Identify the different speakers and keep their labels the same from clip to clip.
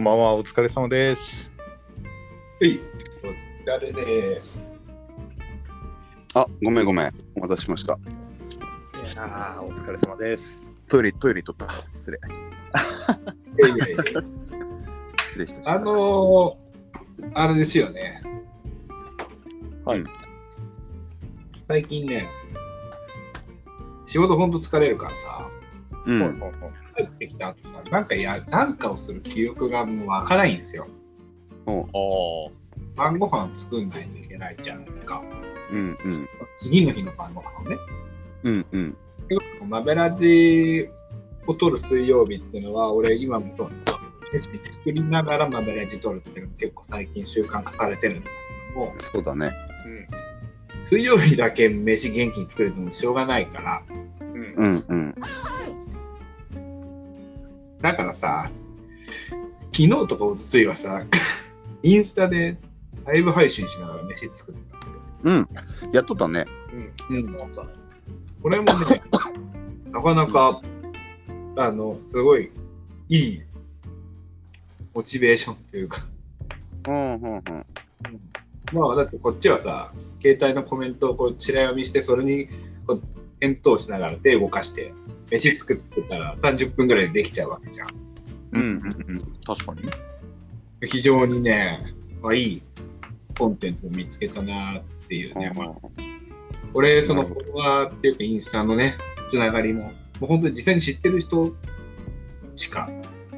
Speaker 1: んばんは、お疲れ様です。
Speaker 2: はい。誰です。
Speaker 3: あ、ごめんごめん。お待たせしました。
Speaker 1: ああ、お疲れ様です。
Speaker 3: トイレ、トイレ行っとった。失礼。
Speaker 2: いやいやいや
Speaker 3: 失礼しました。
Speaker 2: あのー、あれですよね。
Speaker 1: はい
Speaker 2: 最近ね、仕事ほんと疲れるからさ、
Speaker 3: う。
Speaker 1: うんん、
Speaker 2: 帰ってきた後さ、なんかや、なんかをする記憶がもう湧かないんですよ。
Speaker 1: お
Speaker 2: 晩ご飯作んないといけないじゃないですか。
Speaker 3: うん。うん。
Speaker 2: 次の日の晩ご飯をね。
Speaker 3: うん。うん。
Speaker 2: 鍋ラジを撮る水曜日っていうのは、俺今も撮る。作りながら鍋ラジ撮るっていうのも結構最近習慣化されてるんだけども、
Speaker 3: そうだね。
Speaker 2: 水曜日だけ飯元気に作れてもしょうがないから、
Speaker 1: うん、
Speaker 3: うん。うん。
Speaker 2: だからさ、昨日とかおとついはさ、 インスタでライブ配信しながら飯作った。
Speaker 3: うん。やっとったね。
Speaker 1: うん、
Speaker 2: うん、これも ね、なかなか、あの、すごいいいモチベーションというか、
Speaker 3: うん。うん。うん。
Speaker 2: まあだってこっちはさ、携帯のコメントをこうちら読みして、それにこう返答しながら手動かして、飯作ってたら30分ぐらいでできちゃうわけじゃん。
Speaker 3: うん。うん。確かに。
Speaker 2: 非常にね、まあ、いいコンテンツを見つけたなっていうね、まあ、俺、その
Speaker 3: な
Speaker 2: フ
Speaker 3: る
Speaker 2: ォロワーっていうか、インスタのね、つながりも、もう本当に実際に知ってる人しか、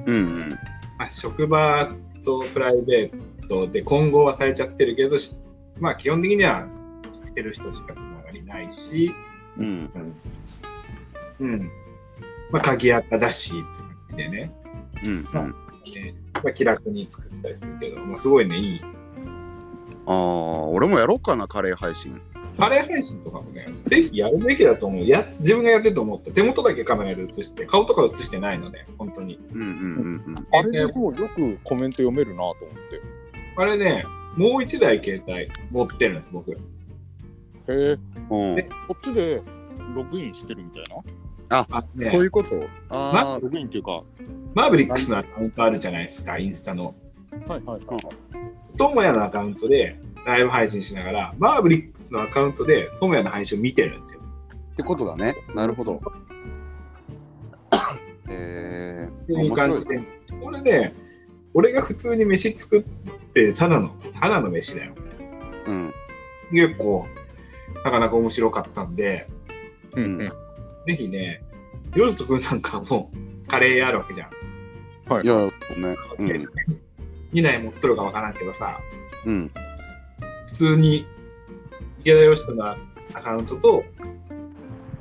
Speaker 3: うん。
Speaker 2: まあ、職場とプライベートで混合はされちゃってるけど、しまあ、基本的には知ってる人しかつながりないし、
Speaker 3: うん。うん。
Speaker 2: うん、まあ、鍵垢だし、でね、
Speaker 3: うん。うん。
Speaker 2: ねまあ、気楽に作ったりするけど、もうすごいね、いい。
Speaker 3: ああ、俺もやろうかな、カレー配信。
Speaker 2: カレー配信とかもね、ぜひやるべきだと思う。や自分がやってると思った。手元だけカメラで映して、顔とか映してないので、本当に。
Speaker 3: うん。うん。うん。
Speaker 1: あれでもよくコメント読めるなと思って。
Speaker 2: あれね、もう一台携帯持ってるんです、僕。
Speaker 1: へえ、
Speaker 3: うん。うん
Speaker 2: え
Speaker 1: こっちでログインしてるみたいな。
Speaker 2: あ
Speaker 1: そう
Speaker 2: ね、
Speaker 1: いうこと。
Speaker 3: あ
Speaker 1: ログインっていうか。は
Speaker 2: マーブリックスのアカウントあるじゃないですか、インスタの。
Speaker 1: い、はい、はい。
Speaker 2: トモヤのアカウントでライブ配信しながら、マーブリックスのアカウントでトモヤの配信を見てるんですよ。
Speaker 3: あ、ってことだね。なるほど。 え
Speaker 2: っていう感じで。これね、俺が普通に飯作って、ただの、ただの飯だよ。
Speaker 3: ー、うん。
Speaker 2: 結構、なかなか面白かったんで、
Speaker 1: うん、うん、
Speaker 2: ぜひね、ヨズト君なんかもカレーあるわけじゃん。
Speaker 3: いや、そうね。うん。
Speaker 2: 2台持っとるかわからんけどさ、
Speaker 3: うん。
Speaker 2: 普通に池田義人のアカウントと、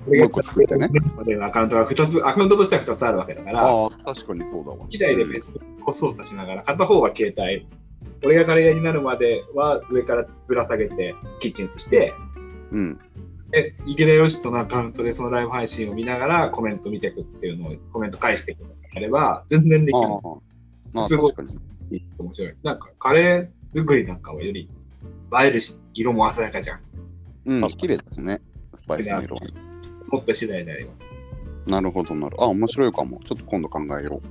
Speaker 3: う一個作ってね。
Speaker 2: 俺のアカウントが2つ、アカウントとしては2つあるわけだから、
Speaker 3: ああ、確かにそうだわ。
Speaker 2: 2台で別にこう操作しながら、片方は携帯、俺がカレー屋になるまでは上からぶら下げてキッチン移して、
Speaker 3: うん。
Speaker 2: で池田義人のアカウントでそのライブ配信を見ながらコメント見ていくっていうのをコメント返していくのがあれば、全然でき
Speaker 3: あ
Speaker 2: る。
Speaker 3: ーあー、
Speaker 2: すごい
Speaker 3: 確かに。
Speaker 2: 面白い。なんかカレー作りなんかはより映えるし、色も鮮やかじゃん。
Speaker 3: うん、綺麗だね。スパイスの色は。
Speaker 2: 持った次第でありま
Speaker 3: なるほどなる。あ、面白いかも。ちょっと今度考えよ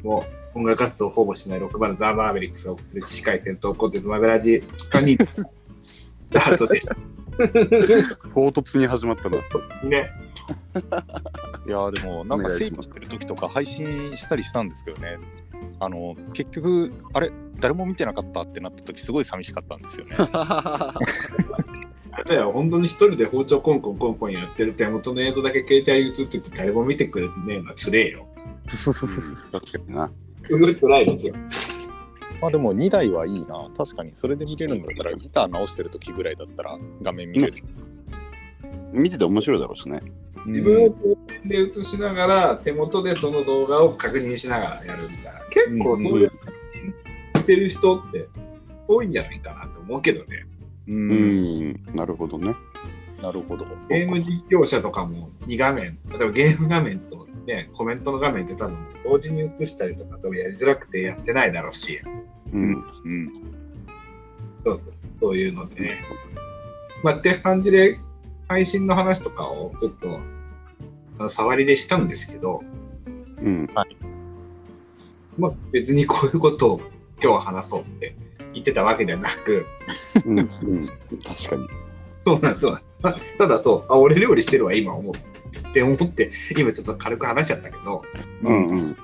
Speaker 2: す。もう音楽活動を保護しないロックバンドザ・バーベリックスがお送りする機械戦闘コンテンツマグラジ3人スタートです。
Speaker 3: う。唐突に始ま ったな。
Speaker 2: ね。
Speaker 1: いやーでもなんか
Speaker 3: お願い
Speaker 1: 整
Speaker 3: し
Speaker 1: 理
Speaker 3: ます
Speaker 1: してる時とか配信したりしたんですけどねあの結局あれ誰も見てなかったってなった時すごい寂しかったん ですよね
Speaker 2: あとは本当に一人で包丁コンコンコンコンやってる手元の映像だけ携帯に映ってて誰も見てくれてねえのはつれえよ。
Speaker 3: 確かにな。
Speaker 2: すごい辛いですよ。
Speaker 1: まあでも2台はいいな確かにそれで見れるんだったらギター直してる時ぐらいだったら画面見れる、
Speaker 3: 見てて面白いだろうしね。
Speaker 2: 自分を公園で映しながら手元でその動画を確認しながらやるみたいな結構そういう確認してる人って多いんじゃないかなと思うけどね
Speaker 1: うん
Speaker 3: う、ん、なるほどね。
Speaker 1: なるほど
Speaker 2: ゲーム実況者とかも2画面例えばゲーム画面と、ね、コメントの画面って多分同時に映したりとか多分やりづらくてやってないだろうし
Speaker 3: うん。
Speaker 1: うん
Speaker 2: そうそうそういうのでね、まあ、って感じで配信の話とかをちょっとあの触りでしたんですけど
Speaker 3: うん。
Speaker 2: まあ、別にこういうことを今日は話そうって言ってたわけではなく、
Speaker 3: うん、うん、確かに。
Speaker 2: そうなんですそうなんですただそう、あ、俺料理してるわ、今思って。って思って、今ちょっと軽く話しちゃったけど、
Speaker 3: うん、うん。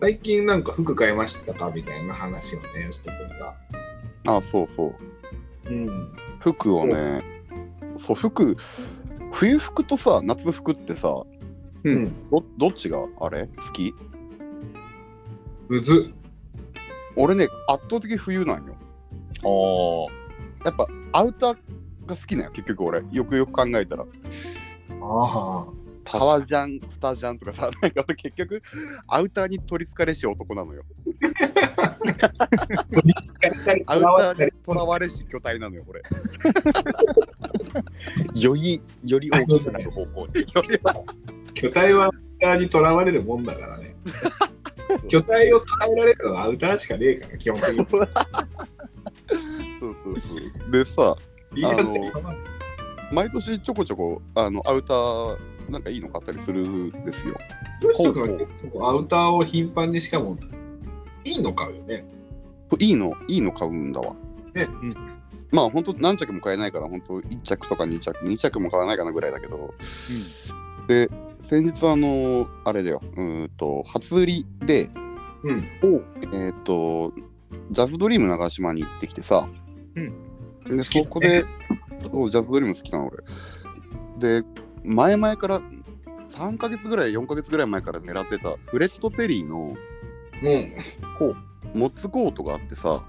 Speaker 2: 最近なんか服買いましたかみたいな話をね、してくれた。
Speaker 3: あ、そうそう。
Speaker 2: うん。
Speaker 3: 服をね、そう、服、冬服とさ、夏服ってさ、ど
Speaker 2: うん。
Speaker 3: どっちがあれ好き
Speaker 2: むずっ。
Speaker 3: 俺ね、圧倒的冬なんよ。
Speaker 1: ああ
Speaker 3: やっぱアウターが好きなんよ、結局俺。よくよく考えた
Speaker 2: あ
Speaker 3: ら。
Speaker 2: あ。
Speaker 3: 革ジャン、スタジャンとかさ、 なんか俺結局、アウターに取りつかれし男なのよ。アウターにとらわれし巨体なのよ、俺。
Speaker 1: よりより大きくなる方向に
Speaker 2: 巨体はアウターにとらわれるもんだから ね。巨体を捉えられるのはアウターしかねえから、基本的に。
Speaker 3: そうそうそう。でさ、
Speaker 2: 言い方って構わない
Speaker 3: 毎年ちょこちょこあのアウターなんかいいの買ったりするんですよ。
Speaker 2: よしと君は結構アウターを頻繁にしかも、いいの買うよね。
Speaker 3: いいのいいの買うんだわ。
Speaker 2: ね
Speaker 1: うん
Speaker 3: まあ本当何着も買えないから本当1着とか2着2着も買わないかなぐらいだけどで先日あのあれだようーんと初売りで
Speaker 2: うん。
Speaker 3: えっ、とジャズドリーム長島に行ってきてさ、でそこでそうジャズドリーム好きなの俺で前々から3ヶ月ぐらい4ヶ月ぐらい前から狙ってたフレット・ペリーの
Speaker 2: もう、
Speaker 3: モッツコートがあってさ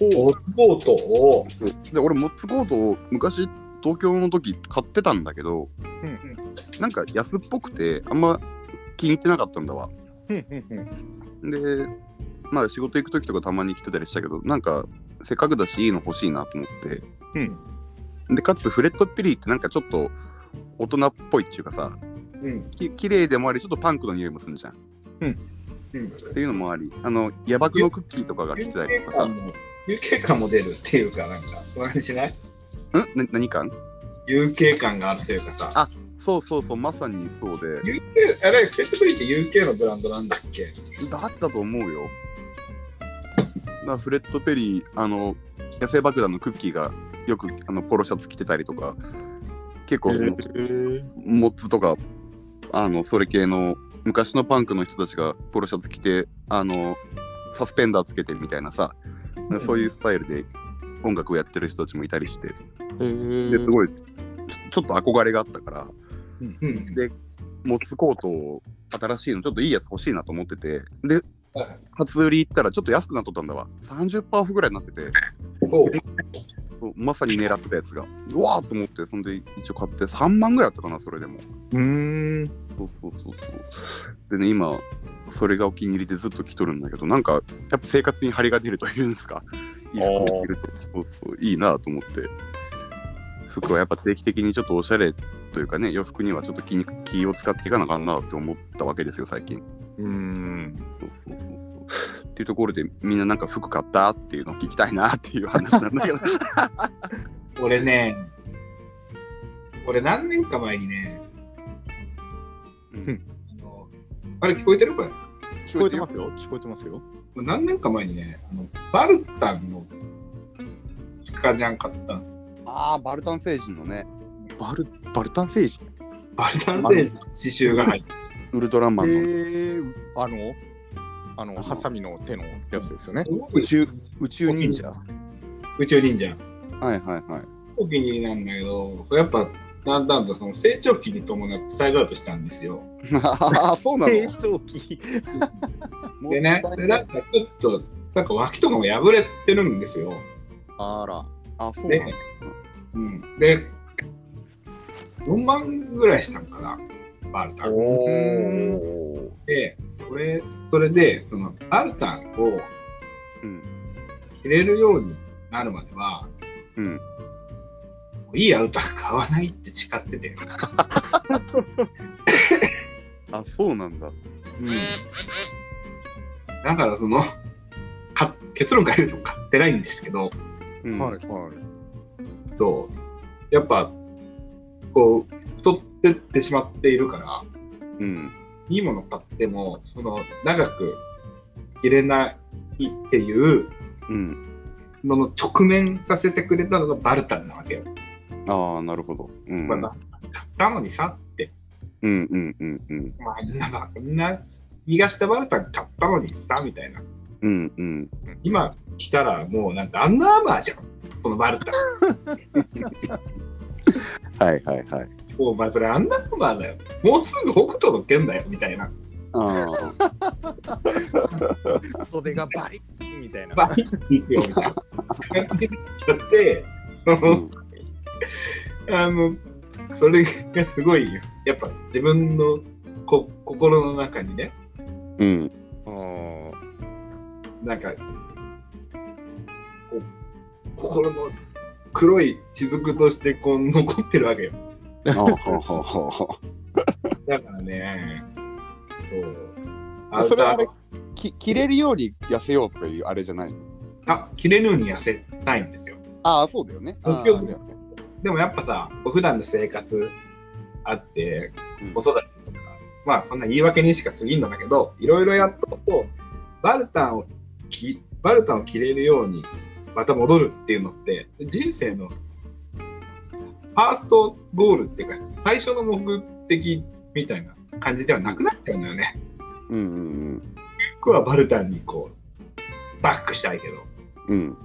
Speaker 2: オズボートを、
Speaker 3: で俺モッツコートを昔東京の時買ってたんだけど
Speaker 1: うん
Speaker 3: なんか安っぽくてあんま気に入ってなかったんだわ
Speaker 1: うんうんうん
Speaker 3: でまあ仕事行く時とかたまに着てたりしたけどなんかせっかくだしいいの欲しいなと思って
Speaker 1: うん
Speaker 3: でかつフレット・ペリーってなんかちょっと大人っぽいっていうかさ
Speaker 2: うん。
Speaker 3: き綺麗でもありちょっとパンクの匂いもするじゃんっ
Speaker 2: うん。
Speaker 3: ていうのもありあの野爆のクッキーとかが来てたりとかさん
Speaker 2: 有形感も出るっていうか、なんか、そんな感じしない
Speaker 3: な何感
Speaker 2: 有形感があるっていうかさ。
Speaker 3: そうそうそうまさにそうで
Speaker 2: UK、あれ、ケットブリって UK のブランドなんだっけ
Speaker 3: だったと思うよ。なフレッド・ペリー、あの、野生爆弾のクッキーがよくあのポロシャツ着てたりとか、結構、モッツとか、あの、それ系の昔のパンクの人たちがポロシャツ着て、あの、サスペンダーつけてみたいなさ、そういうスタイルで音楽をやってる人たちもいたりして、ですごい、ちょちょっと憧れがあったから、
Speaker 2: うん
Speaker 3: でモッツコートを新しいの、ちょっといいやつ欲しいなと思ってて、で、初売り行ったらちょっと安くなっとったんだわ30%オフぐらいになってて
Speaker 2: こう
Speaker 3: そうまさに狙ってたやつがうわーと思ってそんで一応買って3万ぐらいあったかなそれでも
Speaker 1: うん
Speaker 3: そうそうそうそうでね今それがお気に入りでずっと着とるんだけどなんかやっぱ生活に張りが出るというんですかいい服を着るとそうそういいなと思って服はやっぱ定期的にちょっとおしゃれというかね洋服にはちょっと気に気を使っていかなあかんなって思ったわけですよ最近
Speaker 1: うん
Speaker 3: そうそうそうそう。っていうところでみんななんか服買ったっていうのを聞きたいなって いう話なんだけど。
Speaker 2: 俺ね、俺何年か前にね、
Speaker 3: うん
Speaker 2: あのあれ聞こえてるこれ。
Speaker 1: 聞こえてますよ聞こえてますよ
Speaker 2: 何年か前にね、あのバルタンのスカジャン買ったんですよ
Speaker 3: ああ、バルタン星人のね、
Speaker 1: バルバルタン星人
Speaker 2: バルタン製刺繍が入ってる。
Speaker 3: ウルトラマンの、
Speaker 1: えー、あのあのハサミの手のやつですよね
Speaker 3: 宇宙宇宙忍者。
Speaker 2: 宇宙忍者。
Speaker 3: はいはいはい。
Speaker 2: お気に入りなんだけど、やっぱだんだんとその成長期に伴ってサイズアウトしたんですよ。
Speaker 3: ああ、そうなの。
Speaker 1: 長期
Speaker 3: も
Speaker 2: でね
Speaker 3: ったい、
Speaker 2: で
Speaker 3: な
Speaker 2: ないんかちょっと、なんか脇とかも破れてるんですよ。
Speaker 1: あら
Speaker 3: あそうなの
Speaker 2: ね。うん、で、4万ぐらいしたんかな、バルタン。
Speaker 3: おー
Speaker 2: で、これ、それで、その、バルタンを
Speaker 3: うん
Speaker 2: 着れるようになるまでは、
Speaker 3: うん。
Speaker 2: いいアウター買わないって誓ってて。
Speaker 3: あそうなんだ。うん。
Speaker 2: だから、その、か結論から言うと買ってないんですけど、
Speaker 3: うん、
Speaker 1: はいはい
Speaker 2: そう。やっぱ、こう、太ってってしまっているから、
Speaker 3: うん。
Speaker 2: いいもの買っても、その、長く入れないっていう
Speaker 3: うん。
Speaker 2: のの直面させてくれたのがバルタンなわけよ。
Speaker 3: ああ、なるほど。うん。
Speaker 2: まあ、買ったのにさって、
Speaker 3: うんうんうんうん。
Speaker 2: まあ、みんな、まあ、みんな、逃がしたバルタン買ったのにさ、みたいな。
Speaker 3: うんうん。
Speaker 2: 今来たらもうなんかアンダーアーマーじゃん。そのバルタン。
Speaker 3: はいはいはい。
Speaker 2: もうお前それアンダーアーマーだよ。もうすぐ北斗の剣だよ、みたいな。
Speaker 3: ああ。
Speaker 1: 袖がバリッみたいな。
Speaker 2: バリッてよ、みたいな。感じになっちゃって、 その、
Speaker 3: うん
Speaker 2: あの、それがすごい、やっぱ自分のこ心の中にね、
Speaker 3: うん。
Speaker 1: うん
Speaker 2: なんか、こう、心の黒い雫としてこう残ってるわけよ。
Speaker 3: ああ、ほうほうほうほ
Speaker 2: だからね、そう。
Speaker 3: うそれはあれ、き切れるように痩せようとかいうあれじゃないの
Speaker 2: あ、切れるように痩せたいんですよ。
Speaker 3: ああ、そうだよね。ああ
Speaker 2: 目標でもやっぱさ、こう普段の生活あって
Speaker 3: うん、
Speaker 2: 子育てとか、まあこんな言い訳にしか過ぎんのだけど、いろいろやっとこう、バルタンをき、バルタンを切れるように、また戻るっていうのって、人生の、ファーストゴールっていうか、最初の目的みたいな感じではなくなっちゃうんだよね。
Speaker 3: うんうん
Speaker 2: 僕はバルタンにこう、バックしたいけど。
Speaker 3: うん。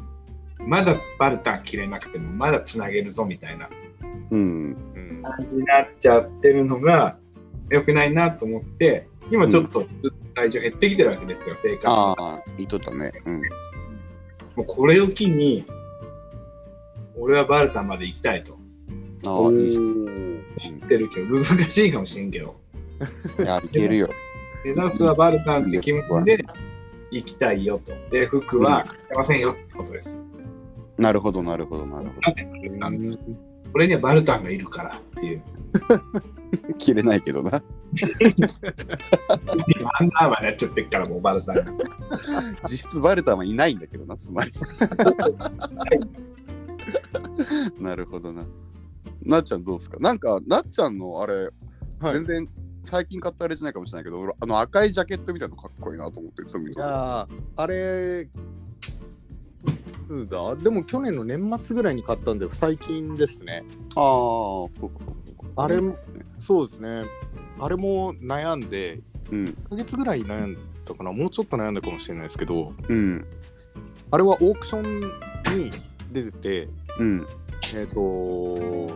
Speaker 3: うん。
Speaker 2: まだバルタン切れなくてもまだつなげるぞみたいな
Speaker 3: うん。
Speaker 1: うん
Speaker 2: 感じになっちゃってるのが良くないなと思って今ちょっと体重減ってきてるわけですよ生活
Speaker 3: ああ、言っとったね。うん。
Speaker 2: もうこれを機に俺はバルタンまで行きたいと
Speaker 3: ああ、いい
Speaker 2: 言ってるけど難しいかもしれんけど
Speaker 3: いや、いけるよ。
Speaker 2: でナスはバルタンって気持ちで行きたいよとで服は買ってませんよってことです
Speaker 3: なるほど、なるほど、なる
Speaker 2: なぜ
Speaker 3: ほ
Speaker 2: なん
Speaker 3: ど。
Speaker 2: これにはバルタンがいるからっていう
Speaker 3: 切れないけどな。
Speaker 2: 今あんなまでやっちゃってるからもうバルタンが
Speaker 3: 実質バルタンはいないんだけどな、つまり。なるほどな。なっちゃんどうですかなんか、なっちゃんのあれ、
Speaker 1: はい
Speaker 3: 全然最近買ったあれじゃないかもしれないけど、俺あの赤いジャケットみたいなのかっこいいなと思って、すぐに。
Speaker 1: あ
Speaker 3: あ
Speaker 1: ああれいつだでも去年の年末ぐらいに買ったんで最近ですね
Speaker 3: あ、そうかそうか。
Speaker 1: あれもそうですねあれも悩んで
Speaker 3: うん。
Speaker 1: 1ヶ月ぐらい悩んだかなもうちょっと悩んだかもしれないですけど
Speaker 3: うん。
Speaker 1: あれはオークションに出てて
Speaker 3: うん。
Speaker 1: えっ、と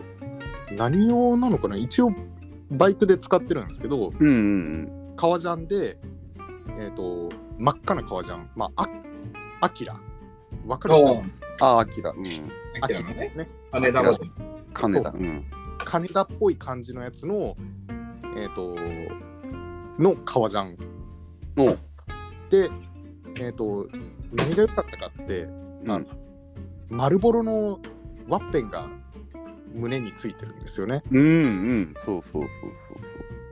Speaker 1: 何用なのかな一応バイクで使ってるんですけど
Speaker 3: うん。うん。
Speaker 1: 革ジャンでえっ、と真っ赤な革ジャンまああアキラわかる人
Speaker 3: ああ、アキラ。うん。
Speaker 1: ア
Speaker 2: ア
Speaker 1: キラ
Speaker 2: キラ
Speaker 1: の
Speaker 2: の
Speaker 1: ね
Speaker 2: ね、
Speaker 1: 金田
Speaker 2: 金田
Speaker 1: も
Speaker 2: も
Speaker 3: 金田。うん。
Speaker 1: 金田っぽい感じのやつのえっ、との革ジャン
Speaker 3: の、
Speaker 1: でえっ、と何が良かったかって
Speaker 3: な
Speaker 1: 丸ボロのワッペンが胸についてるんですよね
Speaker 3: うんうん。そうそうそうそうそ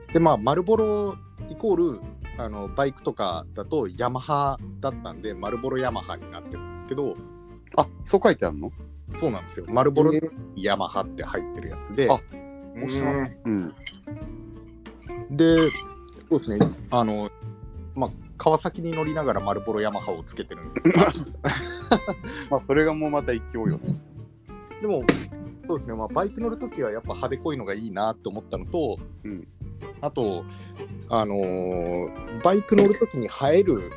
Speaker 3: う。
Speaker 1: でまあ丸ボロイコールあのバイクとかだとヤマハだったんで丸ボロヤマハになってるんですけど
Speaker 3: あ、そう書いてあるの
Speaker 1: そうなんですよ丸ボロ
Speaker 3: え
Speaker 1: に
Speaker 3: ー
Speaker 1: ヤマハって入ってるやつで、
Speaker 3: あ
Speaker 2: 面
Speaker 3: 白うん。
Speaker 1: でそうですねあのまあ川崎に乗りながら丸ボロヤマハをつけてるんですが
Speaker 3: まあ、それがもうまた勢いよね。
Speaker 1: でもそうですねまあバイク乗るときはやっぱ派手こいのがいいなと思ったのと、
Speaker 3: うん
Speaker 1: あとあのーバイク乗るときに映える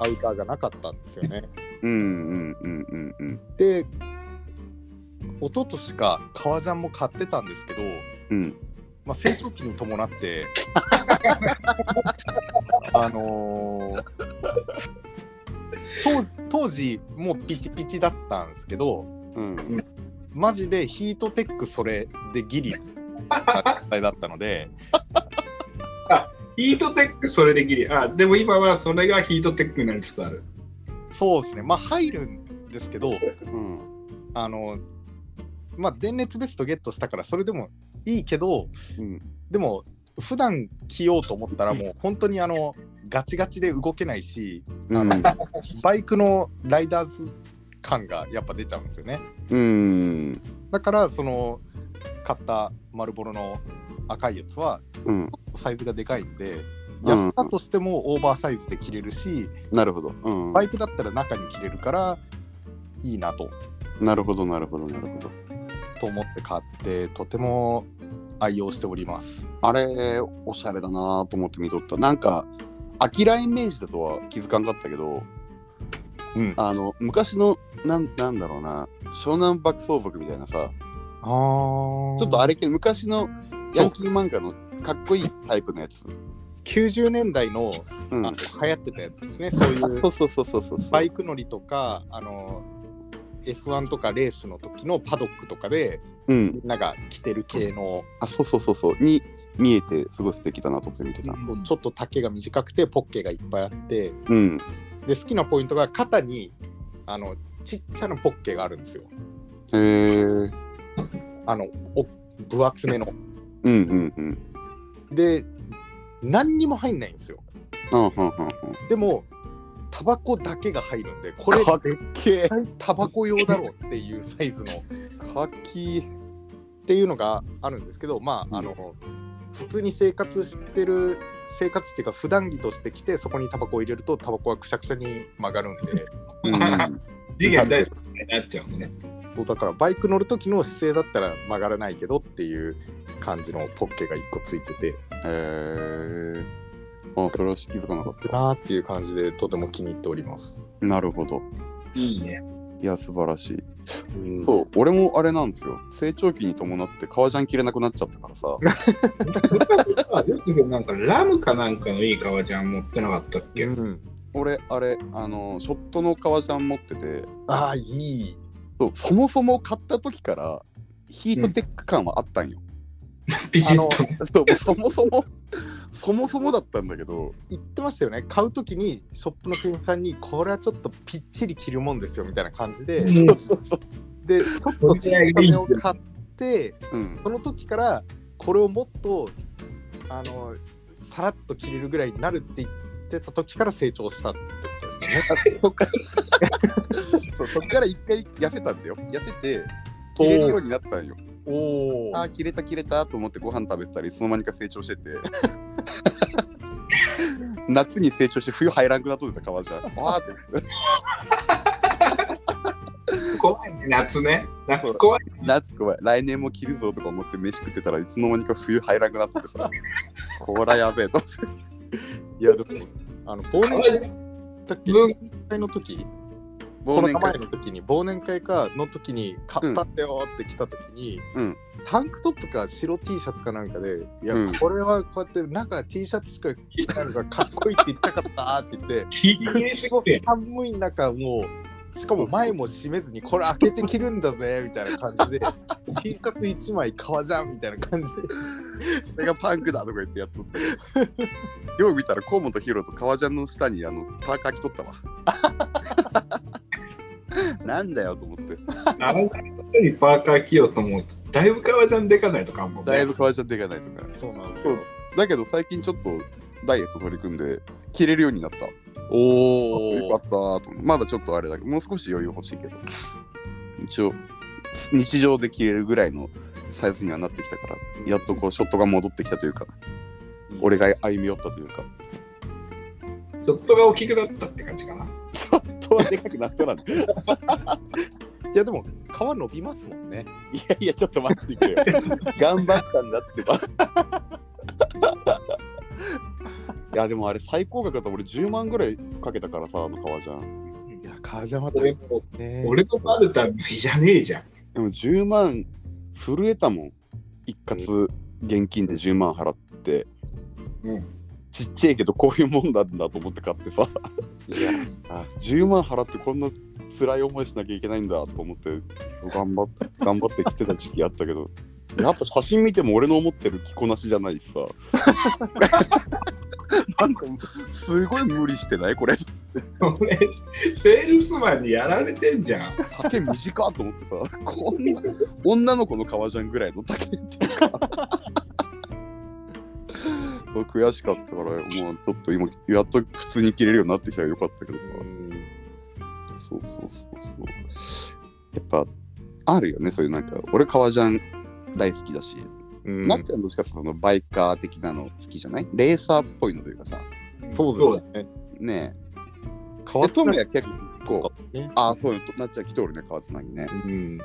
Speaker 1: アウターがなかったんですよね
Speaker 3: うんうんうんうんうん。
Speaker 1: で一昨年か革ジャンも買ってたんですけど、
Speaker 3: うん
Speaker 1: まあ、成長期に伴って あのー当時当時もうピチピチだったんですけど
Speaker 3: うん
Speaker 1: マジでヒートテックそれでギリな状態だったの で
Speaker 2: ヒートテックそれでギリ。あ、でも今はそれがヒートテックになりつつある。
Speaker 1: そうですねまあ入るんですけど
Speaker 3: うん
Speaker 1: あのまあ電熱ベストゲットしたからそれでもいいけど、
Speaker 3: うん
Speaker 1: でも普段着ようと思ったらもう本当にあのガチガチで動けないし
Speaker 3: うんうん
Speaker 1: バイクのライダーズ感がやっぱ出ちゃうんですよね
Speaker 3: うん
Speaker 1: だからその買った丸ボロの赤いやつは
Speaker 3: うん
Speaker 1: サイズがでかいんで安さとしてもオーバーサイズで着れるし、
Speaker 3: なるほど。うん。
Speaker 1: バイクだったら中に着れるからいいなと
Speaker 3: なるほど、なるほど、なるほど。
Speaker 1: と思って買ってとても愛用しております。
Speaker 3: あれ、おしゃれだなと思って見とった。なんか、アキライメージだとは気づかんかったけど、
Speaker 1: うん、あ
Speaker 3: あの、昔の、なんなんだろうな、湘南爆走族みたいなさ、
Speaker 1: あー
Speaker 3: ちょっとあれ系、昔のヤンキー漫画のかっこいいタイプのやつ。
Speaker 1: 90年代の
Speaker 3: う
Speaker 1: あ
Speaker 3: ん。
Speaker 1: の
Speaker 3: あ
Speaker 1: 流行ってたやつですねそういう
Speaker 3: そうそうそうそうそう。
Speaker 1: バイク乗りとかあの F1 とかレースの時のパドックとかで
Speaker 3: うん。
Speaker 1: みんなが着てる系の、
Speaker 3: あ、そうそうそうそう。に見えて、すごい素敵だなと思って見てた。
Speaker 2: うん
Speaker 1: ちょっと丈が短くてポッケがいっぱいあって
Speaker 3: うん。
Speaker 1: で好きなポイントが肩にあのちっちゃなポッケがあるんですよ
Speaker 3: へえ。うん
Speaker 1: あのお分厚めの
Speaker 3: うんうん。
Speaker 1: で何にも入んないんですよ
Speaker 3: うんうんうんうん。
Speaker 1: でもタバコだけが入るんでこれ
Speaker 3: かっ
Speaker 1: 絶
Speaker 3: け
Speaker 1: 対タバコ用だろうっていうサイズの
Speaker 3: え。かっきー。
Speaker 1: っていうのがあるんですけどまああの、普通に生活してる生活っていうか普段着として着てそこにタバコを入れるとタバコはくしゃくしゃに曲がるん で
Speaker 3: うん
Speaker 2: 次元大好きになっちゃうのね。
Speaker 1: そうだからバイク乗る時の姿勢だったら曲がらないけどっていう感じのポッケが1個ついてて
Speaker 3: へえ。あ、それは気づかなかっ
Speaker 1: なーっていう感じでとても気に入っております。
Speaker 3: た。なるほど。
Speaker 2: いいね。
Speaker 3: いや、素晴らしい。
Speaker 1: うん
Speaker 3: そう、俺もあれなんですよ。成長期に伴って革ジャン着れなくなっちゃったから さ。
Speaker 2: あ、ですけど、なんかラムかなんかのいい革ジャン持ってなかったっけ、
Speaker 1: うん
Speaker 3: 俺、あれ、あの、ショットの革ジャン持ってて、
Speaker 1: ああいい。
Speaker 3: そうそもそも買った時から、ヒートテック感はあったんよ。
Speaker 2: ピ
Speaker 1: あ
Speaker 2: チ
Speaker 1: の
Speaker 2: ッと。
Speaker 3: そうそもそも、そもそもだったんだけど、
Speaker 1: 言ってましたよね買う時にショップの店員さんにこれはちょっとぴっちり着るもんですよみたいな感じで、
Speaker 2: うん
Speaker 1: でちょっと小さめを買って
Speaker 3: うん。
Speaker 1: その時からこれをもっとあのさらっと着れるぐらいになるって言ってた時から成長したってことですかね。
Speaker 3: あそっからそう、そっから一回痩せたんだよ。痩せて、着れるようになったんよ。
Speaker 1: お
Speaker 3: あー切れた切れたと思ってご飯食べてたらいつの間にか成長して て夏に成長して冬入らんくなっとってた革ジャンあーって
Speaker 2: 怖いね、夏ね。夏
Speaker 3: そう
Speaker 2: 怖い。
Speaker 3: 夏怖い来年も着るぞとか思って飯食ってたらいつの間にか冬入らんくなっとってさこらやべえと思って
Speaker 1: いやでもあの忘年会だっけ
Speaker 2: うん
Speaker 1: 忘年会の時こ
Speaker 3: 忘
Speaker 1: の
Speaker 3: 年
Speaker 1: 前
Speaker 3: 会
Speaker 1: の時に忘年会かの時に買ったんだよって来た時に、
Speaker 3: うん
Speaker 1: タンクトップか白 T シャツかなんかでいや、
Speaker 3: うん
Speaker 1: これはこうやって中 T シャツしか着ないのがかっこいいって言ったかったーって言って。
Speaker 2: ひげすごい。
Speaker 1: 寒い中もうしかも前も閉めずにこれ開けて着るんだぜみたいな感じで T シャツ1枚革じゃんみたいな感じで
Speaker 3: それがパンクだとか言ってやっとってよう見たら河本ヒロと革ジャンの下にあのパーカー着とったわなんだよと思って
Speaker 2: あの人にパーカー着ようと思うと、だいぶ革ジャンでかないとかもんね。
Speaker 3: だいぶ革ジャンでかないとか
Speaker 1: そうなん
Speaker 3: すよだけど最近ちょっとダイエット取り組んで着れるようになった。よ
Speaker 1: お
Speaker 3: か
Speaker 1: お
Speaker 3: ったと思うまだちょっとあれだけどもう少し余裕欲しいけど一応日常で着れるぐらいのサイズにはなってきたからやっとこうショットが戻ってきたというか俺が歩み寄ったというか
Speaker 2: ちょっとが大きくなったって感じかな。
Speaker 3: とはでかくなったらね
Speaker 1: いやでも皮伸びますもんね
Speaker 3: いや いやちょっと待ってくれよ 頑張ったんだってば いやでもあれ最高額だと俺10万ぐらいかけたからさあの革ジャン
Speaker 1: いや革ジャンは
Speaker 2: 俺
Speaker 1: 大
Speaker 2: も、
Speaker 1: 変ね
Speaker 2: 俺のバルタンじゃねえじゃん。
Speaker 3: でも10万震えたもん一括現金で10万払って
Speaker 2: うん。
Speaker 3: ちっちゃいけどこういうもんなんだと思って買ってさ
Speaker 1: いや
Speaker 3: あ10万払ってこんな辛い思いしなきゃいけないんだとか思って頑張って頑張って来てた時期あったけどやっぱ写真見ても俺の思ってる着こなしじゃないしさなんかすごい無理してないこれ
Speaker 2: 俺、セールスマンにやられてんじゃん。
Speaker 3: 丈短っと思ってさこんな女の子の革ジャンぐらいの丈っていうか悔しかったからもうちょっと今やっと普通に着れるようになってきたらよかったけどさそうそうそうそうやっぱあるよねそういうなんか俺革ジャン大好きだし
Speaker 1: うん
Speaker 3: なっちゃんどっちかっていうとそのバイカー的なの好きじゃないレーサーっぽいのというかさ、
Speaker 1: そうですね。
Speaker 3: ねえ。
Speaker 1: 変
Speaker 3: で、
Speaker 1: わった
Speaker 3: ト
Speaker 1: の
Speaker 3: ムヤ結構、
Speaker 1: ね。
Speaker 3: ああ、そうよ、となっちゃん来ておるね、川津なぎね。
Speaker 1: うん。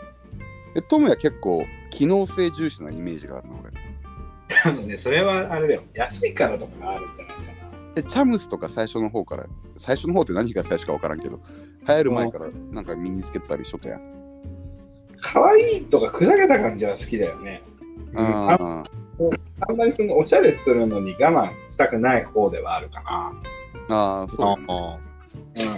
Speaker 3: で、トムヤ結構、機能性重視なイメージがあるな、俺。
Speaker 2: 多分ね、それはあれだよ。安いからとかがあるんじゃないか
Speaker 3: で、チャムスとか最初の方から、最初の方って何が最初か分からんけど、流行る前からなんか身につけてたりしとったやん。
Speaker 2: な。可愛いとか砕けた感じは好きだよね。
Speaker 3: あー
Speaker 2: あんまりそのおしゃれするのに我慢したくない方ではあるかな。
Speaker 3: あー、そうよね
Speaker 1: あ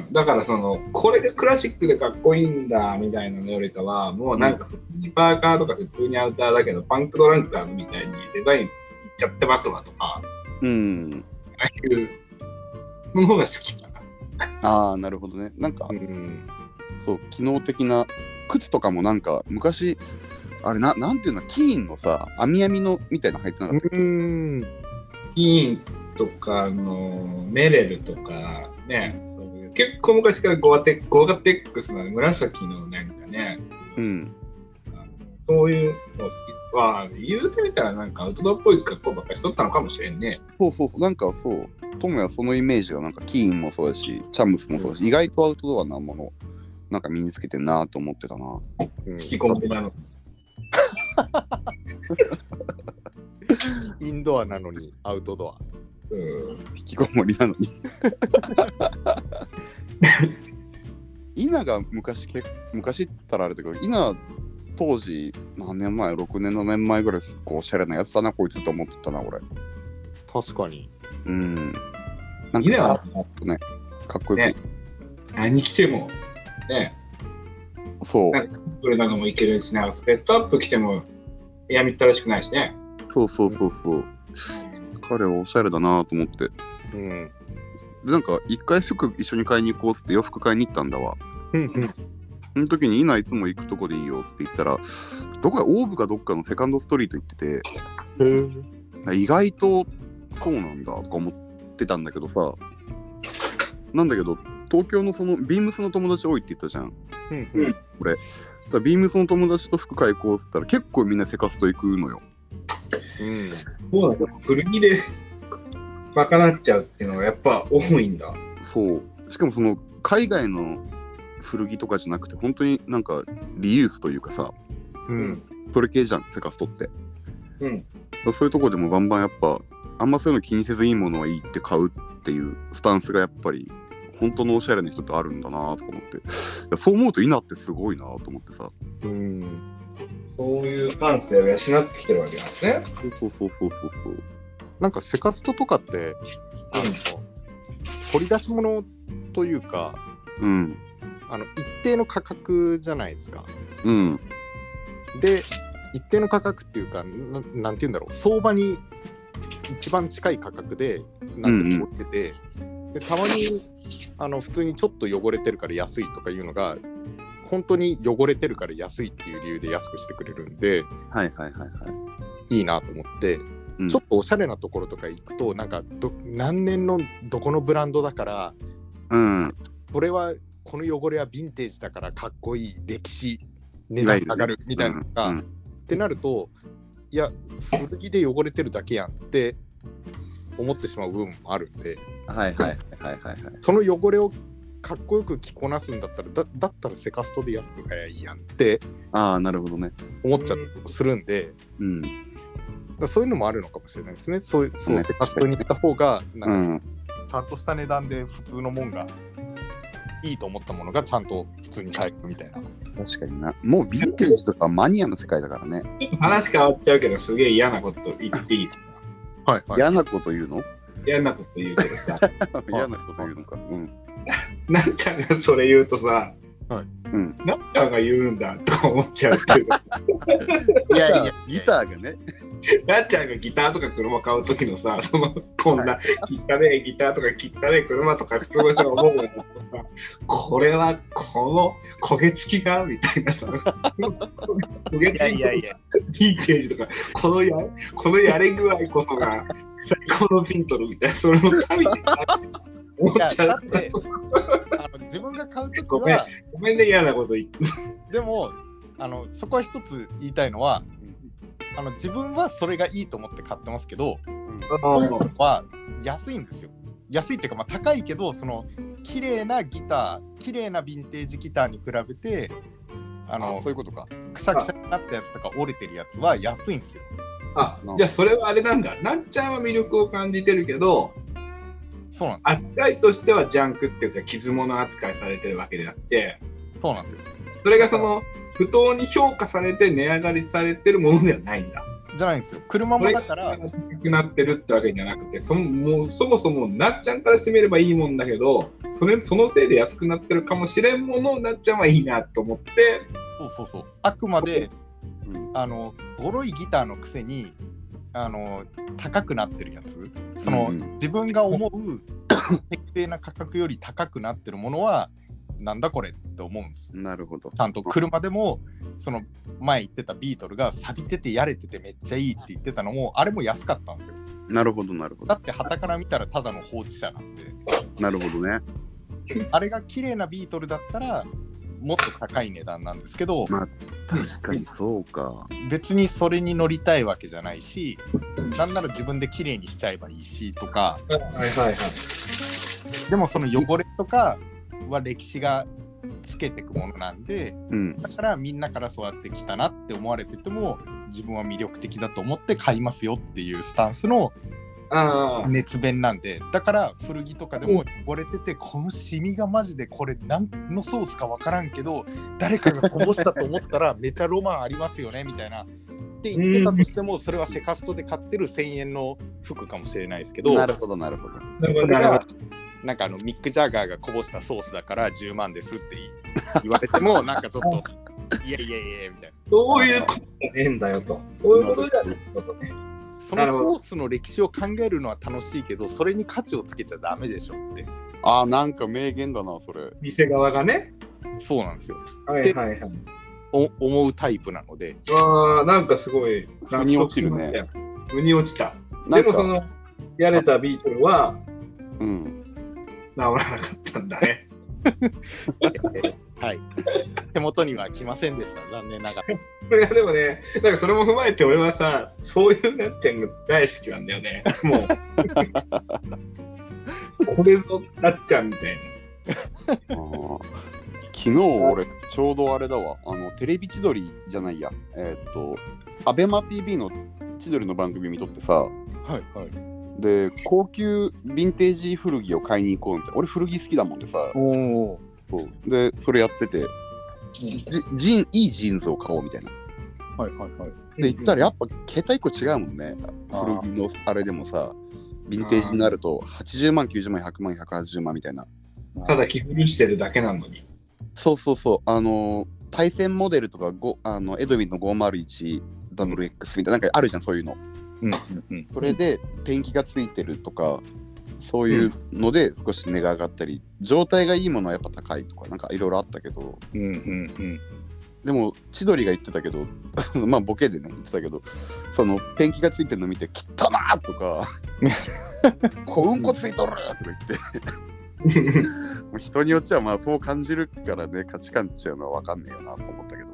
Speaker 2: うん、だからその、これがクラシックでかっこいいんだみたいなのよりかは、もうなんか普通にパーカーとか普通にアウターだけど、パンクドランカーみたいにデザインいっちゃってますわとか、
Speaker 3: うん。
Speaker 2: ああいうの方が好きかな。
Speaker 3: ああ、なるほどね。なんか
Speaker 1: あ。う、ん。
Speaker 3: そう、機能的な、靴とかもなんか、昔、あれな、なんていうの、キーンのさ、網みのみたいなの入ってなかったっけ
Speaker 1: うん。
Speaker 2: キーンとかあのメレルとかね、そういう結構昔からゴアテックゴアテックスの紫のなんかね、
Speaker 3: うん。
Speaker 2: そういうの好きは言うてみたらなんかアウトドアっぽい格好ばっかりしとったのかもしれんね。
Speaker 3: そうそうそう、なんかそう、トムヤそのイメージがなんか、キーンもそうだし、チャムスもそうだし、意外とアウトドアなもの、なんか身につけてんなと思ってたな。
Speaker 1: うん
Speaker 2: 引きこもりなの。
Speaker 1: インドアなのにアウトドア。
Speaker 2: うん
Speaker 3: 引きこもり なのに稲が昔け昔って言ったらあれだけど稲当時何年前6年7年前ぐらいすっごいおしゃれなやつだなこいつと思ってたな俺
Speaker 1: 確かに。
Speaker 3: うんなんか
Speaker 2: 稲
Speaker 3: さ
Speaker 2: は
Speaker 3: かっこよく、
Speaker 2: ね何着てもね、
Speaker 3: そう
Speaker 2: なんそれなのもいけるしな、スペットアップ着てもやみったらしくないしね。
Speaker 3: そうそうそうそう彼はおしゃれだなと思ってで
Speaker 1: うん。
Speaker 3: なんか一回服一緒に買いに行こうっつって洋服買いに行ったんだわ
Speaker 1: うん。
Speaker 3: その時に稲いつも行くとこでいいよっつって言ったらどこかオーブかどっかのセカンドストリート行ってて
Speaker 1: うん。
Speaker 3: 意外とそうなんだとか思ってたんだけどさなんだけど東京のそのビームスの友達多いって言ったじゃん
Speaker 1: うん。
Speaker 3: そしたらビームスの友達と服買い行こうっつったら結構みんなセカスト行くのよ
Speaker 2: そうなんだ。古着で賄っちゃうっていうのがやっぱ多いんだ。
Speaker 3: そうしかもその海外の古着とかじゃなくて本当になんかリユースというかさ
Speaker 1: うん。
Speaker 3: それ系じゃんセカストってだか
Speaker 2: うん。
Speaker 3: らそういうとこでもバンバンやっぱあんまそういうの気にせずいいものはいいって買うっていうスタンスがやっぱり本当のおしゃれな人ってあるんだなとか思っていやそう思うといいなってすごいなと思ってさ
Speaker 1: うん。
Speaker 2: そういう感性を養ってきてるわけなんですね。
Speaker 3: そうそうそうそうそうそう。
Speaker 1: なんかセカストとかって、あの、掘り出し物というか、
Speaker 3: うん。
Speaker 1: あの、一定の価格じゃないですか。
Speaker 3: うん。
Speaker 1: で一定の価格っていうかななんて言うんだろう相場に一番近い価格でなんか売ってて、でたまにあの普通にちょっと汚れてるから安いとかいうのが本当に汚れてるから安いっていう理由で安くしてくれるんで
Speaker 3: はいはいはいはい。
Speaker 1: いいなと思って、
Speaker 3: うん
Speaker 1: ちょっとおしゃれなところとか行くとなんかど何年のどこのブランドだから
Speaker 3: うん。
Speaker 1: これはこの汚れはヴィンテージだからかっこいい歴史値段上がるみたいなのが、
Speaker 3: うん
Speaker 1: ってなるといや古着で汚れてるだけやんって思ってしまう部分もあるんで
Speaker 3: はいはいはいはいはい。
Speaker 1: その汚れをかっこよく着こなすんだったらだだったらセカストで安く買えばいいやんって
Speaker 3: ああ、なるほどね。
Speaker 1: 思っちゃったりもするんで
Speaker 3: うん。
Speaker 1: だからそういうのもあるのかもしれないですねそういうそう
Speaker 3: ね
Speaker 1: セカストに行った方がな
Speaker 3: うん
Speaker 1: か
Speaker 3: ん。
Speaker 1: ちゃんとした値段で普通のもんがいいと思ったものがちゃんと普通に買えるみたいな。
Speaker 3: 確かにな。もうヴィンテージとかマニアの世界だからね。
Speaker 2: 話変わっちゃうけど、すげえ嫌なこと言っていい。
Speaker 1: はい
Speaker 3: 嫌なこと言うの
Speaker 2: 嫌なこと言うけどさ、
Speaker 3: 嫌なこと言うのか。うん。
Speaker 2: なっちゃんがそれ言うとさ、
Speaker 3: うん。
Speaker 2: なっちゃんが言うんだと思っちゃうけど、
Speaker 1: いやいやいや
Speaker 3: ギターがね。
Speaker 2: なっちゃんがギターとか車買うときのさ、そのこんな、汚ねえギターとか汚ねえ車とか普通の人が思うけどさ、これはこの焦げ付きがみたいなさ、焦げ付きが
Speaker 1: や。
Speaker 2: ヴィンテージとか、このやこのやれ具合こそが最高のピントルみたいな、それも神だなって思
Speaker 1: いや
Speaker 2: っちゃ
Speaker 1: だっ
Speaker 2: う。
Speaker 1: てあの自分が買うとき
Speaker 2: ごめん
Speaker 1: は
Speaker 2: ごめんね、嫌なこと言って。
Speaker 1: でもあのそこは一つ言いたいのはあの自分はそれがいいと思って買ってますけど、
Speaker 2: あ
Speaker 1: は安いんですよ。安いっていうか、まあ、高いけど、その綺麗なギター、綺麗なヴィンテージギターに比べて、あ
Speaker 3: あ
Speaker 1: の
Speaker 3: そういうことか。
Speaker 1: くしゃくしゃになったやつとか折れてるやつは安いんですよ。
Speaker 2: あじゃあそれはあれなんだなっちゃんは魅力を感じてるけど
Speaker 1: そうなんで
Speaker 2: 扱いとしてはジャンクっていうか傷物扱いされてるわけであって
Speaker 1: す。そうなんですよ。
Speaker 2: それがその不当に評価されて値上がりされてるものではないんだ。
Speaker 1: じゃないんですよ。車
Speaker 2: こ
Speaker 1: も
Speaker 2: れ
Speaker 1: だ
Speaker 2: が
Speaker 1: から、
Speaker 2: 低くなってるってわけじゃなくてそもうそもそもなっちゃんからしてみればいいもんだけどそれそのせいで安くなってるかもしれんものをなっちゃんはいいなと思って
Speaker 1: そうそうそう。あくまで、
Speaker 3: うん
Speaker 1: あの、ボロいギターのくせに、あの、高くなってるやつ、その、
Speaker 3: うんうん
Speaker 1: 自分が思う 適正な価格より高くなってるものは、なんだこれって思うんです。
Speaker 3: なるほど
Speaker 1: ち。ゃんと車でも、その前言ってたビートルが錆びててやれててめっちゃいいって言ってたのも、あれも安かったんですよ。
Speaker 3: なるほど、なるほ
Speaker 1: だ
Speaker 3: ど。
Speaker 1: って、旗から見たらただの放置車なんで。
Speaker 3: なるほどね。
Speaker 1: あれが綺麗なビートルだったらもっと高い値段なんですけど、
Speaker 3: まあ確かにそうか。
Speaker 1: 別にそれに乗りたいわけじゃないしなんなら自分で綺麗にしちゃえばいいしとか
Speaker 2: はいはいはい
Speaker 1: でもその汚れとかは歴史がつけてくものなんで
Speaker 3: うん。
Speaker 1: だからみんなからそうやって来たなって思われてても自分は魅力的だと思って買いますよっていうスタンスの
Speaker 2: ああ
Speaker 1: 熱弁なんでだから古着とかでも汚れてて、このシミがマジでこれ何のソースか分からんけど誰かがこぼしたと思った らめちゃロマンありますよねみたいなって言ってたとしてもそれはセカストで買ってる1000円の服かもしれないですけど
Speaker 3: なるほど、なるほど。
Speaker 2: なるほ
Speaker 1: それ
Speaker 2: どなるほ
Speaker 1: が
Speaker 2: ど
Speaker 1: なんかあのミック・ジャガーがこぼしたソースだから10万ですって言われてもなんかちょっと いやいやいやみたいな
Speaker 2: そういうことじゃねえんだよと そういうことじゃねえんだとね
Speaker 1: そ
Speaker 2: なるほ
Speaker 1: の
Speaker 2: ど
Speaker 1: ソースの歴史を考えるのは楽しいけどそれに価値をつけちゃダメでしょって
Speaker 3: ああ、なんか名言だな、それ。
Speaker 2: 店側がね
Speaker 1: そうなんですよ
Speaker 2: はいはいはい
Speaker 1: お思うタイプなので
Speaker 2: ああなんかすごい
Speaker 3: 腑に落ちるね
Speaker 2: 腑に落ちた
Speaker 3: な
Speaker 2: で
Speaker 3: ん
Speaker 2: も
Speaker 3: か、
Speaker 2: そのやれたビートルは
Speaker 3: うん。
Speaker 2: 治らなかったんだね
Speaker 1: はい。手元には来ませんでした、残念ながら。
Speaker 2: いやでもね、なんかそれも踏まえて俺はさ、そういうなってんの大好きなんだよね。もう。これぞなっちゃうみたい
Speaker 3: あー昨日俺、ちょうどあれだわ。あの、テレビ千鳥じゃないや。えーっと、アベマ TV の千鳥の番組見とってさ、
Speaker 1: はいはい。
Speaker 3: で、高級ヴィンテージ古着を買いに行こうみたいな。俺、古着好きだもんでさ、
Speaker 1: おお。
Speaker 3: そうで、それやってて、
Speaker 2: な。
Speaker 3: ジジンいいジーンズを買おうみたいな。
Speaker 1: はいはいはい。
Speaker 3: で行ったらやっぱ桁一個違うもんね古着のあれでもさヴィンテージになると80万90万100万180万みたいな
Speaker 2: ただ着古してるだけなのに。
Speaker 3: そうそうそうあのー対戦モデルとかごあのエドウィンの 501WX みたいななんかあるじゃんそういうの
Speaker 1: うんうんうん。
Speaker 3: それでペンキがついてるとかそういうので少し値が上がったり、状態がいいものはやっぱ高いとかなんかいろいろあったけど
Speaker 1: うんうん
Speaker 3: でも千鳥が言ってたけど まあボケでね言ってたけどそのペンキがついてるの見て「きったな!」とか「こうんこついとる!」とか言ってもう人によっちゃまあそう感じるからね価値観っちゃうのは分かんねえよなと思ったけど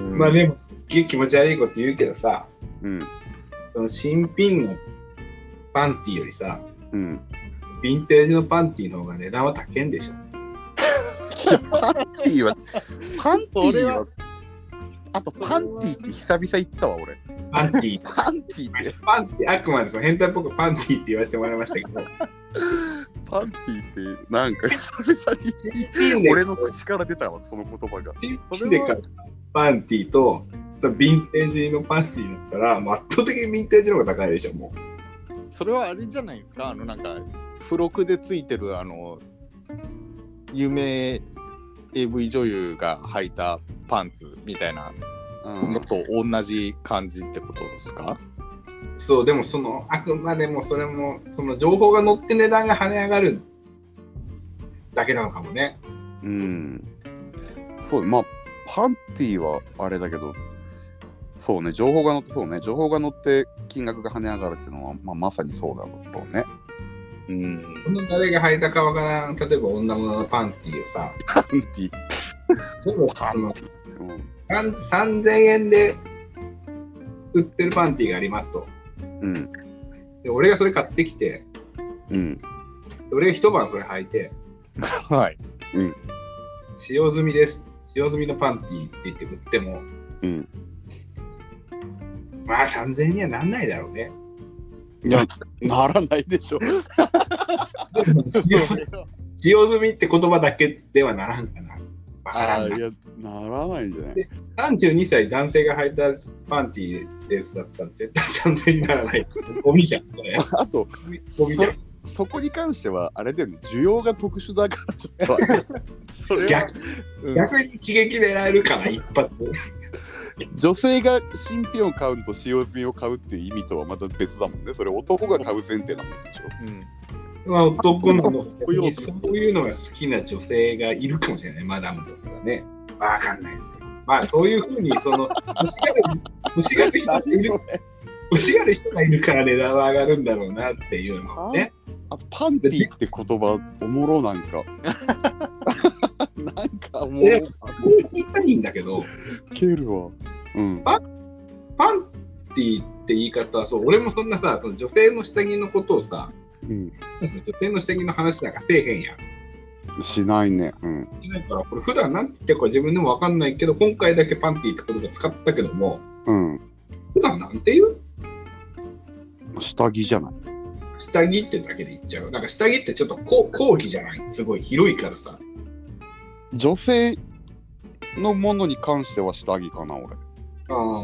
Speaker 1: うん。
Speaker 2: まあでも、すっげえ気持ち悪いこと言うけどさ、
Speaker 3: うん
Speaker 2: その新品のパンティよりさ、
Speaker 3: うん
Speaker 2: ヴィンテージのパンティの方が値段は高いんでしょ。
Speaker 3: パンティーはパンティ
Speaker 1: それ
Speaker 3: ー
Speaker 1: は
Speaker 3: はあとパンティーって久々言ったわ俺
Speaker 2: パンティ
Speaker 3: パンティー って
Speaker 2: パンティあくまでその変態っぽくパンティって言わせてもらいましたけど、
Speaker 3: パンティーってなんか久々に俺の口から出たわその言葉が
Speaker 2: 新品で買ったパンティと、そのヴィンテージのパンティだったら、もう圧倒的にヴィンテージの方が高いでしょ、もう。
Speaker 1: それはあれじゃないですか、あのなんか、付録でついてる、あの、有名 AV 女優が履いたパンツみたいな
Speaker 3: うん
Speaker 1: のと同じ感じってことですか、
Speaker 2: そう、でもその、あくまでもそれも、その情報が載って値段が跳ね上がるだけなのかもね。
Speaker 3: うん。そう、まあ、パンティはあれだけど、そうね、情報が載って、そうね、情報が載って金額が跳ね上がるっていうのは、まあ、まさにそうだろうね。
Speaker 1: うん
Speaker 2: この誰が履いたかわからん、例えば女物のパンティをさ、
Speaker 3: パンティ、
Speaker 2: でも
Speaker 3: パ
Speaker 2: その
Speaker 3: ンティ。うん
Speaker 2: さん3000円で売ってるパンティがありますと。
Speaker 3: うん。
Speaker 2: で、俺がそれ買ってきて、
Speaker 3: うん。
Speaker 2: で俺が一晩それ履いて、
Speaker 1: はい。
Speaker 2: 使用済みです。使用済みのパンティって言って売っても、
Speaker 3: うん。
Speaker 2: まあ3000円にはなんないだろうね。
Speaker 3: いや、ならないでしょ。
Speaker 2: 使用使用済みって言葉だけではならんかな。わから
Speaker 3: あ
Speaker 2: ん
Speaker 3: ーい
Speaker 2: な
Speaker 3: や、ならないんじゃない
Speaker 2: 32歳男性が履いたパンティーですだったら絶対3000円にならない。ゴミじゃん、それ。
Speaker 3: あと、
Speaker 2: ゴミじゃん。
Speaker 3: そこに関しては、あれでも需要が特殊だから、ちょっとあれ。 それは
Speaker 2: 逆
Speaker 1: うん
Speaker 2: 逆に一撃狙えるから、一発。
Speaker 3: 女性が新品を買うのと使用済みを買うっていう意味とはまた別だもんね。それ男が買う前提な話でしょ。
Speaker 1: うん
Speaker 2: まあ、男の子
Speaker 3: そういう
Speaker 2: にそういうのが好きな女性がいるかもしれない、マダムとかね。わかんないですよ。まあ、そういうふうに、その、欲しがる、欲しがる人がい
Speaker 3: 何
Speaker 2: る
Speaker 3: そ、れ
Speaker 2: 欲しがる人がいるから値段は上がるんだろうなっていうのをね。
Speaker 3: あパンティって言葉おもろなんかなんかおもろ
Speaker 2: えこれ言いたいんだけど、
Speaker 3: ケールはうん
Speaker 2: パンティって言い方は、そう、俺もそんなさ、その女性の下着のことをさ、
Speaker 3: うん
Speaker 2: 女性の下着の話なんかせえへんやん。
Speaker 3: しないねうん
Speaker 2: だから、これ普段なんて言ってるか自分でもわかんないけど、今回だけパンティって言葉使ったけども、
Speaker 3: うん
Speaker 2: 普段なんて言う
Speaker 3: 下着じゃない
Speaker 2: 下着ってだけで言っちゃう。なんか下着ってちょっとこう講義じゃないすごい広いからさ。
Speaker 3: 女性のものに関しては下着かな俺
Speaker 2: あ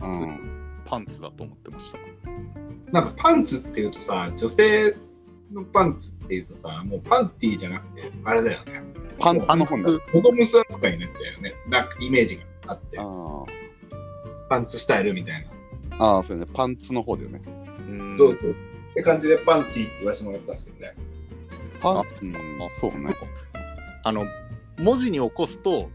Speaker 3: うん
Speaker 1: パンツだと思ってました。
Speaker 2: なんかパンツっていうとさ、女性のパンツっていうとさ、もうパンティーじゃなくて、あれだよね。
Speaker 3: パンツの本だ
Speaker 2: ボトムス扱いになっちゃうよね。なんかイメージがあって
Speaker 3: あ、ー
Speaker 2: パンツスタイルみたいな。
Speaker 3: あーそうねパンツの方だよね
Speaker 1: うん
Speaker 2: どうぞって感じでパンティーって言わせてもらったんですけどね。
Speaker 3: パンうんまあそうね
Speaker 1: あの文字に起こすと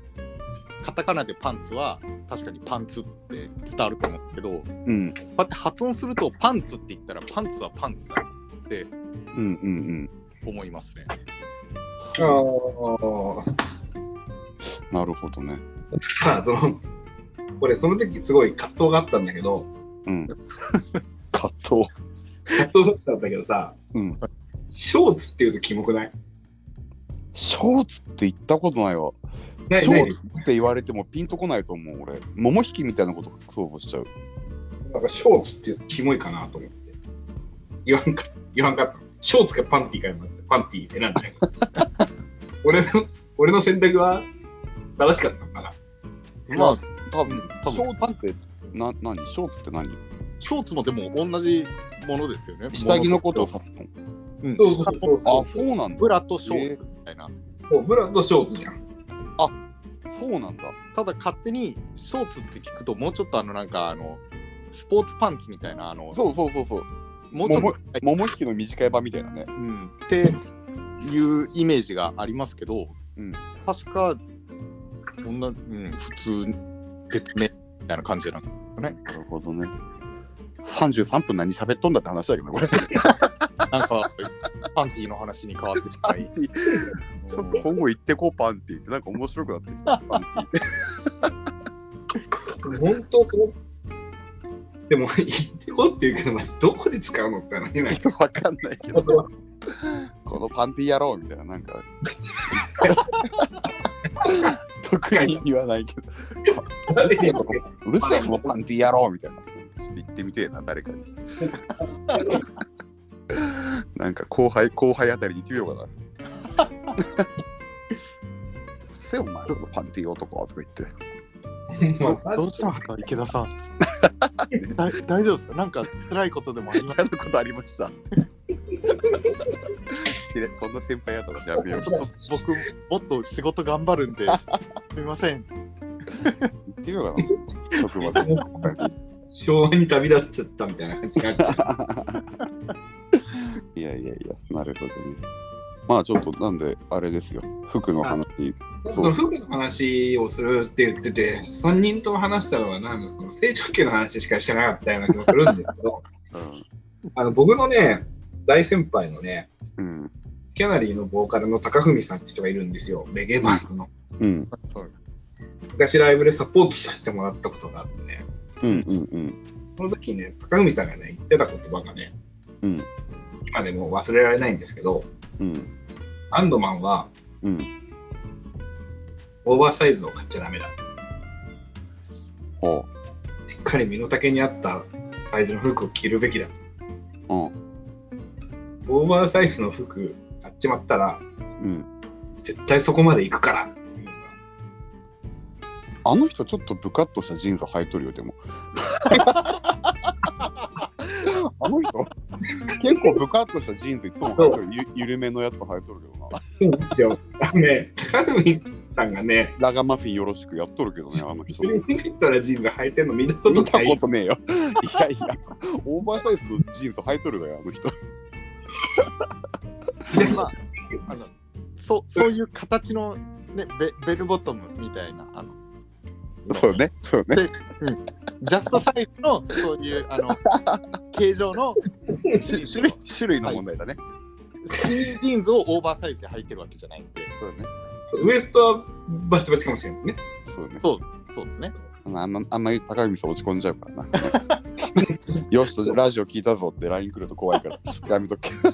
Speaker 1: カタカナでパンツは確かにパンツって伝わると思うけどこ
Speaker 3: うん
Speaker 1: うやって発音するとパンツって言ったらパンツはパンツだって
Speaker 3: うんうんうん
Speaker 1: 思いますね。
Speaker 2: あ
Speaker 3: なるほどね
Speaker 2: あ。まあ、その、これその時すごい葛藤があったんだけど、
Speaker 3: うん葛藤
Speaker 2: 葛藤だったんだけどさ、
Speaker 3: うん
Speaker 2: ショーツっていうとキモくない
Speaker 3: ショーツって言ったことないわ
Speaker 2: ない
Speaker 3: シ
Speaker 2: ない
Speaker 3: ョーツって言われてもピンとこないと思う俺。桃引きみたいなこと想像しちゃう。
Speaker 2: なんかショーツってキモいかなと思って。言わんか言わんかった。ショーツかパンティーか今ってパンティー選んだよ俺の、俺の選択は正しかったのかな。
Speaker 1: まあ
Speaker 3: 多
Speaker 1: 分
Speaker 3: ショーツってな何ショーツって何
Speaker 1: ショーツもでも同じものですよね。
Speaker 3: 下着のことを指すの
Speaker 1: うん
Speaker 2: そうそう
Speaker 1: 下の
Speaker 2: そう
Speaker 3: あ、そうなんだ。
Speaker 1: ブラとショーツみたいな。
Speaker 2: そうブラとショーツじゃん。
Speaker 3: そうなんだ。
Speaker 1: ただ勝手にショーツって聞くともうちょっとあのなんかあのスポーツパンツみたいなあの
Speaker 3: そうそうそうそう。
Speaker 1: もうちょっと
Speaker 3: も、桃引きの短い版みたいなね。
Speaker 1: うん、っていうイメージがありますけど、
Speaker 3: うん
Speaker 1: 確かこんな、うん、普通別名みたいな感じじゃなくて
Speaker 3: なるほどね。33分何喋っとんだって話だけど ねこれ。
Speaker 1: なんかパンティーの話に変わってしまい
Speaker 3: ちょっと今後行ってこうパンティってなんか面白くなってき た。パンティって
Speaker 2: 本当そうでも、言ってこって言うけど、まずどこで使うのって話ない。
Speaker 3: わかんないけど、このパンティやろうみたいな、なん か。特に言わないけど。うるせえこのうるせえこのパンティやろうみたいな。ちょっと言ってみてえな、誰かに。 なんか後輩、後輩あたりに言ってみようかな。うるせえお前、このパンティ男とか言って。
Speaker 1: どうしたんですか池田 さん大大丈夫ですかなんか辛いことでもありま
Speaker 3: や
Speaker 1: す
Speaker 3: ることありました。 きれそんな先輩やったらやめよう。
Speaker 1: 僕もっと仕事頑張るんですみません
Speaker 3: 言ってみようかな。職場で。
Speaker 2: 昭和に旅立っちゃったみたいな感じが。
Speaker 3: いやいやいや、なるほどね。まあちょっとなんで、あれですよ。服の話。
Speaker 2: その服の話をするって言ってて、3人とも話したのは、なんですか、成長期の話しかしてなかったような気もするんですけ ど、あの僕のね、大先輩のね、
Speaker 3: うん。
Speaker 2: スキャナリーのボーカルの高文さんって人がいるんですよ、レゲエバンドの。
Speaker 3: うん。
Speaker 2: 昔ライブでサポートさせてもらったことがあってね、
Speaker 3: うんうんうん
Speaker 2: その時にね、高文さんがね、言ってた言葉がね、
Speaker 3: うん
Speaker 2: 今でも忘れられないんですけど、
Speaker 3: うん
Speaker 2: アンドマンは
Speaker 3: うん
Speaker 2: オーバーサイズを買っちゃダメだ。
Speaker 3: ほ
Speaker 2: しっかり身の丈に合ったサイズの服を着るべきだ。
Speaker 3: ううん
Speaker 2: オーバーサイズの服買っちまったら、
Speaker 3: うん
Speaker 2: 絶対そこまで行くから。
Speaker 3: あの人ちょっとブカッとしたジーンズ履いとる よでもあの人結構ブカッとしたジーンズいつも履いとるゆ緩めのやつ履いとるけどな
Speaker 2: そうなんですよ。あのね、高文さんがね、
Speaker 3: ラガマフィンよろしくやっとるけどねあの人
Speaker 2: スリーフィットなジーンズ履いてるの見たこ
Speaker 3: 見
Speaker 2: と
Speaker 3: た
Speaker 2: ない。
Speaker 3: ことねえよ。いやいや、オーバーサイズのジーンズ履いとるわよ、あの人。
Speaker 1: まあ、あのそそういう形の、ね、ベベルボトムみたいなあの
Speaker 3: そうね、そうね。
Speaker 1: ジャストサイズのそういうあの形状 の
Speaker 3: 種類種類の問題だね。
Speaker 1: スキニージーンズをオーバーサイズで履いてるわけじゃないんで
Speaker 3: そうね。
Speaker 2: ウエストはバチバチかもしれないね。
Speaker 3: そうね。
Speaker 1: そうそうですね
Speaker 3: あんまあんまり高見さん落ち込んじゃうからな。 よしと、ラジオ聞いたぞって LINE 来ると怖いから、やめとけ。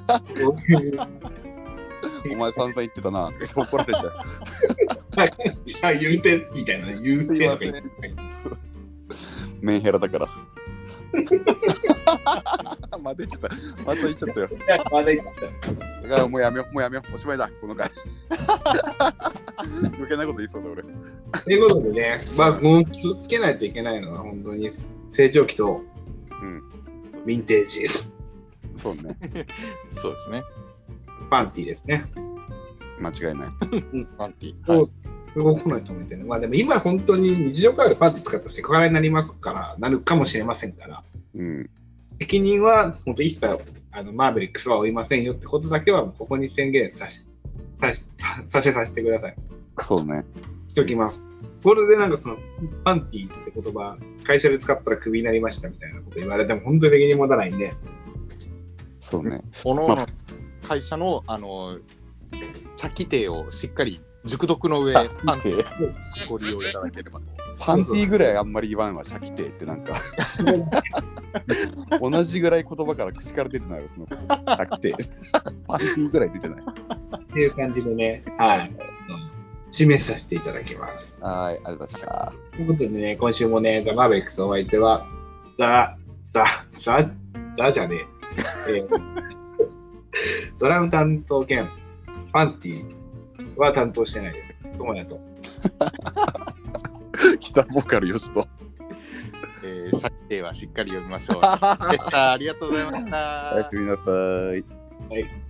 Speaker 3: お前散々言ってたなって怒られちゃう。
Speaker 2: さあ言うてみたいなね言うてとか言って
Speaker 3: メンヘラだから。 また言っちゃった。また言っちゃったよ。
Speaker 2: まだ言った
Speaker 3: だからもうやめよう、もうやめよう。おしまいだ、この回。余計なこと言いそうだ、俺。
Speaker 2: ということでね、まあ、もう気をつけないといけないのは本当に成長期と
Speaker 3: うん
Speaker 2: ヴィンテージ
Speaker 3: そうね。
Speaker 1: そうですね
Speaker 2: パンティーですね。
Speaker 3: 間違いない。
Speaker 1: パンティ
Speaker 2: もう動かないと思ってね。まあでも今本当に日常会話でパンティー使ったらセクハラになりますから、なるかもしれませんから、
Speaker 3: うん。
Speaker 2: 責任は本当一切あのマーベリックスは負いませんよってことだけはここに宣言さしさしささせさせてください。
Speaker 3: そうね。
Speaker 2: しときます。これでなんかその、パンティって言葉、会社で使ったらクビになりましたみたいなこと言われても、本当に責任持たないんで、
Speaker 3: そうね。
Speaker 1: おのおの会社のあの茶規定をしっかり熟読の上パンティ
Speaker 3: ィ
Speaker 1: ーをご利用いただければと
Speaker 3: パンティぐらいあんまり言わんわ、シャキテってなんか、同じぐらい言葉から口から出てないわ、その、シャキテパンティぐらい出てない。
Speaker 2: っていう感じでね、はい、示させていただきます。
Speaker 3: はい、ありがとうございました。
Speaker 2: ということでね、今週もね、ザ・マーベリックスお相手は、ザ・ザ・ザ・ザじゃねえ、えー ドラム担当兼、パンティは担当してないです。友也と。
Speaker 3: 北ボーカルよしと。
Speaker 1: えー、茶規 定はしっかり読みましょう
Speaker 3: お
Speaker 1: でしたありがとうございました
Speaker 3: やすみなさい。
Speaker 2: はい